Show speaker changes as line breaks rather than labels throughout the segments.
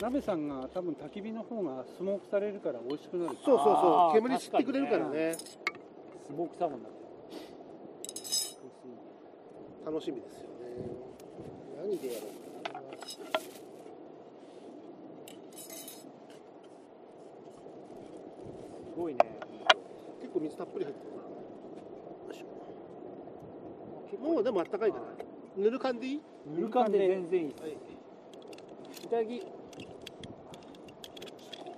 鍋さんが多分焚き火の方がスモークされるから美味しくなる
そうそう
あ
そう
ー
煙吸ってくれるからね
スモークサーモンだ
楽しみですよね何でやろうかな
すごいね
結構水たっぷり入ってるなよいしょもうでもあったかいからぬる感でいい
ぬる感で全然いいです
はい
いただき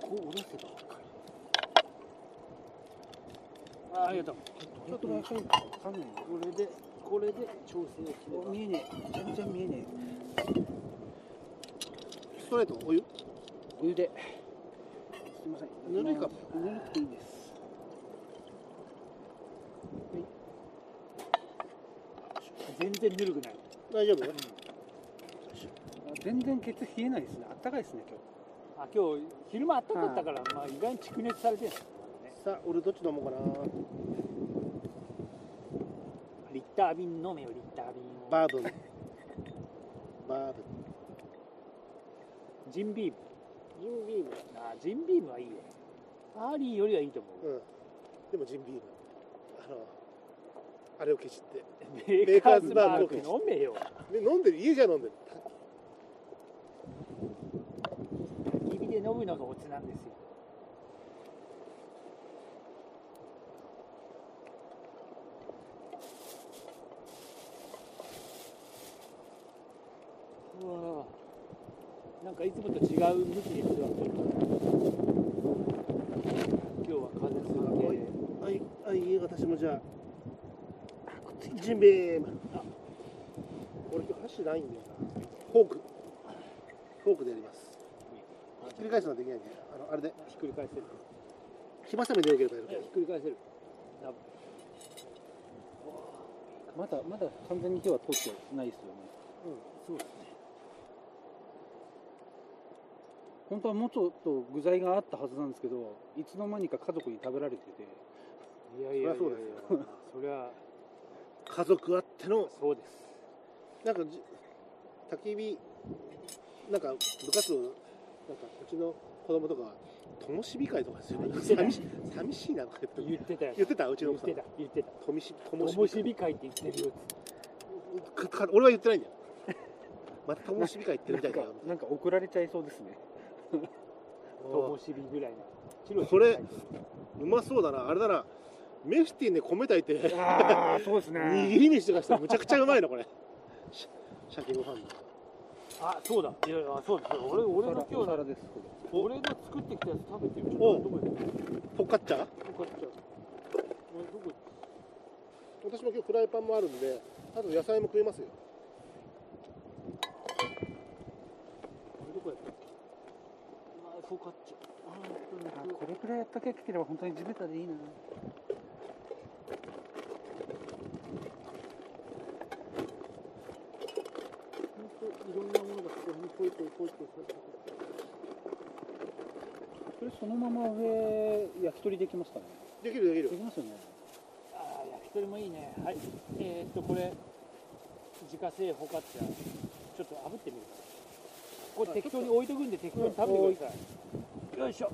こうお出せば
あありがとう
ちょっと分かるか分かんないな
これでこれで調整を決め
お見えねえ全然見えねえ
ストレートお湯
お湯ですいません
ぬるいかも
ぬるくていいです
全然ぬるくない
大丈夫
あ全然ケツ冷えないですねあったかいですね今
あ今日昼間あったかかったから、まあ、意外に蓄熱されてるんですね
さあ俺どっち飲もうかな
リッター瓶飲めよリッター瓶を
バーブンバーブン
ジンビーム
ジンビーム
あジンビームはいいよアーリーよりはいいと思う、
うんでもジンビームあのあれを消して
メーカーズバーグ飲めよ
で飲んでる家じゃ飲んでる
焚き火で飲むのがオツなんですようわあなんかいつもと違う向きで座ってる今日は風すげえ
はいはい私もじゃあジンビーム俺今日箸ないんだよなフォークフォークでやりますひっくり返すのはできないんであのあれで
ひっくり返せる
火ばさみでよければやる
い
け
や
ど
ひっくり返せ
日
る
まだまだ完全に火は通ってないですよね
そうです
本当はもうちょっと具材があったはずなんですけどいつの間にか家族に食べられてて
いやいやいやいや
そりゃそうですよ
そりゃ
家族あっての
そうです
なんかじ焚き火なんか部活動なんかうちの子供とかは灯火会とかする
あ言ってた
寂し寂しいなとか言って
言ってたよ
言ってたうちの
言っ
奥さん
てた言ってた
灯火
と
灯
も
火
し
会
び会って言ってるよ
かか俺は言ってないんだよまた灯火会行ってるみたいだよみたいな
なんか送られちゃいそうですね
ともしびぐらいな
これうまそうだなあれだなメフティンで米炊いて
ああそう です
握り飯とかしたらむちゃくちゃうまいなこれし鮭ご飯だ
あそうだいやいやそうだ俺俺の今
お
日の
皿ですこ
俺の作ってきたやつ食べてよち
お
ょ
う
っとどこ行く
ポッカッチャ
どこ行っちゃう俺どこ行っ
私も今日フライパンもあるんであと野菜も食えますよ
俺どこやったっけあーそうかっちゃうあー本当に
れあこれくらいあったかければ本当に地べたでいいな
本当いろんなものがここにポイポイポイポイポイポイ
それそのまま上焼き鳥できますかね
できるでき
で
る
きますよね
ああ焼き鳥もいいねはいえー、っとこれ自家製ホカッチャちょっと炙ってみるかこれ適当に置いとくんで適当に食べてくださいよいしょよ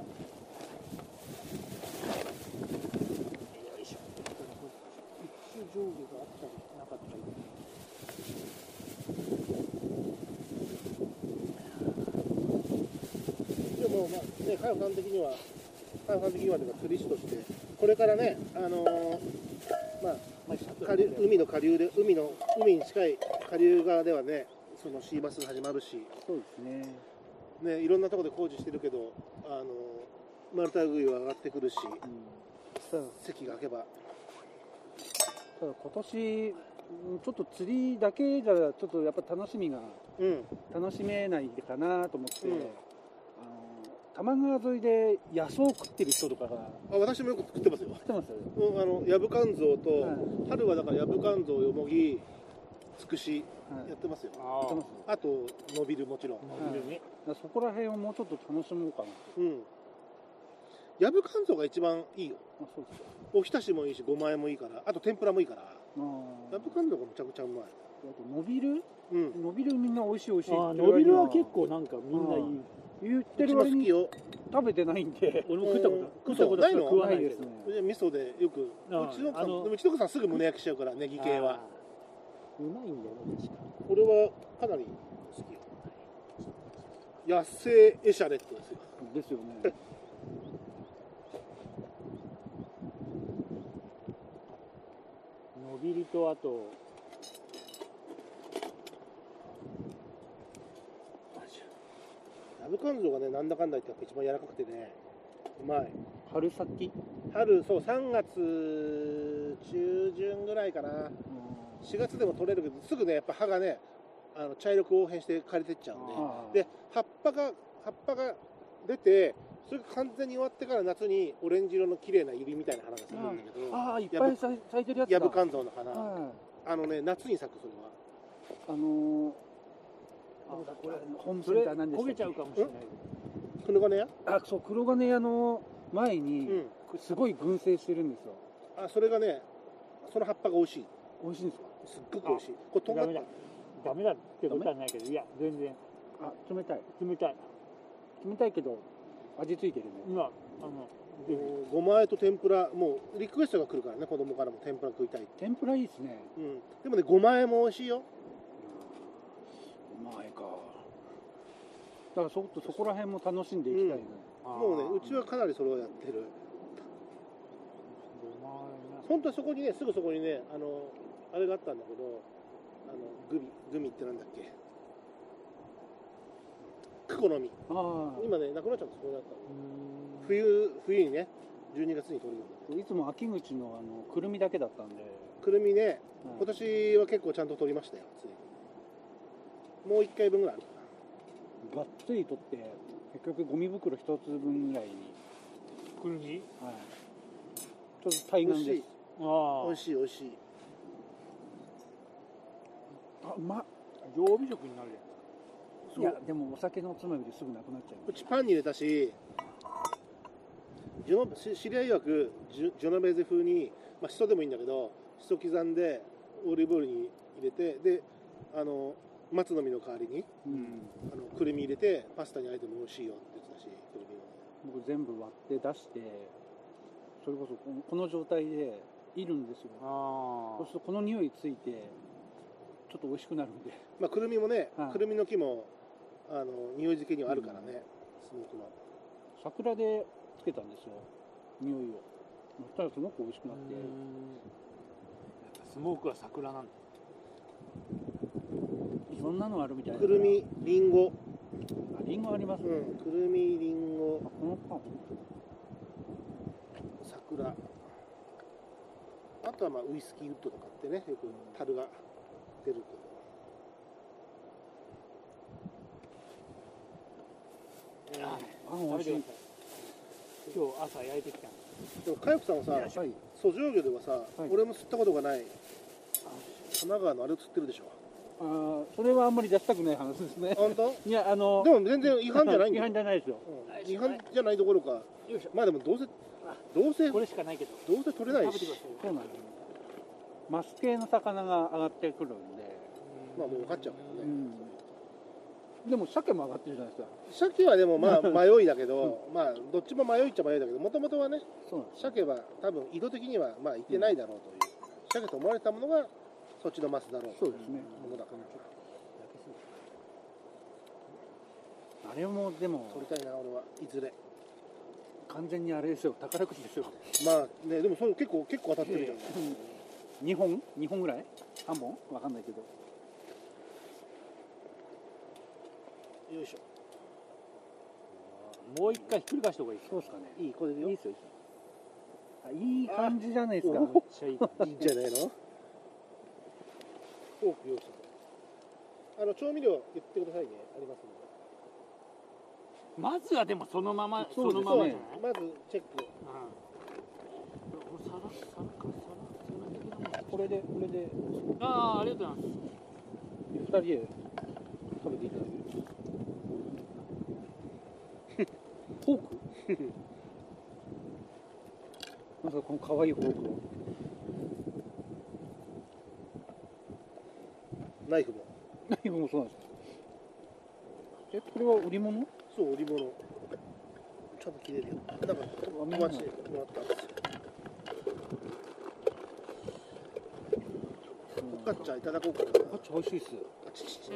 いしょ一周上下があったりなかったり
でもまあね加山さん的には加山さん的にはというか釣り師としてこれからねあのーまあ
まあちょっと
下流海の下流で海の海に近い下流側ではねそのシーバスが始まるし
そうですね
ね、いろんなところで工事してるけど、あの丸太食いは上がってくるし、
うんただ
席が空けば、
ただ今年うんちょっと釣りだけじゃちょっとやっぱ楽しみが
うん、
楽しめないかなと思って、
うん
あの多摩川沿いで野草を食ってる人とかが
あ私もよく食ってますよ、
食ってますよ、
うん、あのヤブカンゾウと、
はい
春はだからヤブカンゾウ、ヨモギ、つくし、
はい
やってますよ、
や
あ
ってます
あと、伸びるもちろん、
あ伸びるね
だからそこら辺をもうちょっと楽しもうかなと
うん、ヤブカンゾウが一番いいよ、
あそうですか
おひたしもいいし、ごまえもいいから、あと天ぷらもいいから、
あ
ヤブカンゾウがむちゃくちゃうまい。
あと伸びる
うん
伸びるみんな美味しい美味しい
あ
っ
ー
て
伸びるは
言われ
結構なんかみんな言う
言って
うち
る
の
割
好
に
きを
食べてないんで、
俺も食ったこと
うん
食ったことしか食わ
な
ない
で
いですす
ね
ね。
これで味噌でよく
う
う
ん
ちの奥さ
あ
んで
の
もうちの奥さんすぐ胸焼きしちゃうからネギ系は
うまいんだよね確か
俺はかなり好きよ野生エシャレットですよ
ですよね。
のびりとあと
ラブ感情がねなんだかんだ言ってやっぱ一番柔らかくてねうまい
春先。
春そう3月中旬ぐらいかな4月でも取れるけどすぐねやっぱ葉がねあの茶色く応変して枯れてっちゃうんで
あー
で葉っぱが葉っぱが出てそれが完全に終わってから夏にオレンジ色の綺麗な指みたいな花が咲くんだけど
ああ、いっぱい咲い咲いてるやつだ。
ヤブカンゾウの花、
はい。
あのね夏に咲くそれは
あのー、
あ
あこれホームセ
それ
ンターなんで
焦げちゃうかもしれない
このがね
あそう黒金屋の前
う
に、
ん
すごい群生してるんですよ
あそれがねその葉っぱが美味しい
美味しいんですか
すっごく美味しいこれとんがっ
ダメだダメだってことはないけどいや全然
あ冷たい
冷たい
冷たいけど味付いてるね
今あのぜひ
うんごまあえと天ぷらもうリクエストが来るからね子供からも天ぷら食いたいって、
天ぷらいいですね
うん、でもねごまあえも美味しいよ
うまいかだからそそこら辺も楽しんでいきたいね、
もうね
あー
うちはかなりそれをやってる
ごまあえな
本当はそこにねすぐそこにねあのあれがあったんだけどあのグミグミってなんだっけクコの実
あ
今ねなくなっちゃうんですこれだったの
うーん
冬冬にね12月に取れるんだけ
あいつも秋口のあのくるみだけだったんで、
どくるみね
はい
今年は結構ちゃんと取りましたよついにもう1回分ぐらいあるかな
がっつり取って結局ゴミ袋一つ分ぐらいに、
くるみ
はい、ちょっと対岸です
あ
美
あ
味しい美味しい
あうまっ
常備食になるや
いやでもお酒のおつまみですぐなくなっちゃいます
うちパンに入れたしジュノし知り合い曰くジュジョノベーゼ風に、まあ、シソでもいいんだけどシソ刻んでオリーブオイルに入れてであの松の実の代わりに
うん、
あのくるみ入れてパスタにあえても美味しいよって言ってたしくるみは
僕全部割って出してそれこそこのこの状態でいるんですよ
んあ
そうするとこの匂いついてちょっと美味しくなるんで
まあ、くるみもね、
はい
くるみの木もあの匂い付けにはあるからね、スモークの
桜でつけたんですよ匂いをそしたらすごく美味しくなって
スモークは桜なんだ
いろんなのあるみたいな
くるみりんご
ありんごあります
う
ね、
んくるみりんご
このパン
桜あとはまあウイスキーウッドとかってねよく樽が出るけど、
パン美味しい
今日朝焼いてきた
でも佳代子さんはさ
はい
蘇上魚ではさ、
い
俺も釣ったことがない神奈川のあれを釣ってるでしょ
あーそれはあんまり出したくない話ですね
本 当
いやあの
でも全然違反じゃないん
違
だ
反
よ
じゃないですよ
うん違反じゃないどころか
よいしょ
まあでもどうせどうせ
こ
どう
れしかないけど
せ取れない
食べて
し
ください
そうなんですよマス系の魚が上がってくるんで
まあもう分かっちゃうか
う
らね
んでも鮭も上がってるじゃないですか
鮭はで もまあ迷いだけどまあどっちも迷いっちゃ迷いだけどもともとはね
そうなんです
鮭は多分井戸的にはまあいてないだろうという鮭と思われたものがそっちのマスだろうと
そ
いう
ですね
うものだから
あれもでも
取りたいな俺はいずれ
完全にあれですよ宝くじ ですよ
まあねでもそれ結構結構当たってるじゃん
2本2本ぐらい3本わかんないけど
よいし
もう一回ひっくり返した方がいい
そうですかね
ょいいこれで
い
よ
い
い
っすよあいい感じじゃないですか
あ
めっちゃいい
いんじゃないのフォーク用意してあの調味料言ってくださいねありますので
まずはでもそのまま
そうですね
のままじゃない、
まずチェック
うん、これ皿皿か皿皿的な
これでこれで
もんああありがとうございます
2人で食べていただけるフォークなんかこの可愛いフォークを
ナイフも
ナイフもそうなんですかえこれは売り物
そう、織物。ちゃんと切れるよ。なんか、友達にもらったんですよ。
うん
ガッチャいただこうかな。
こっち美味しいっすよ
あちちちち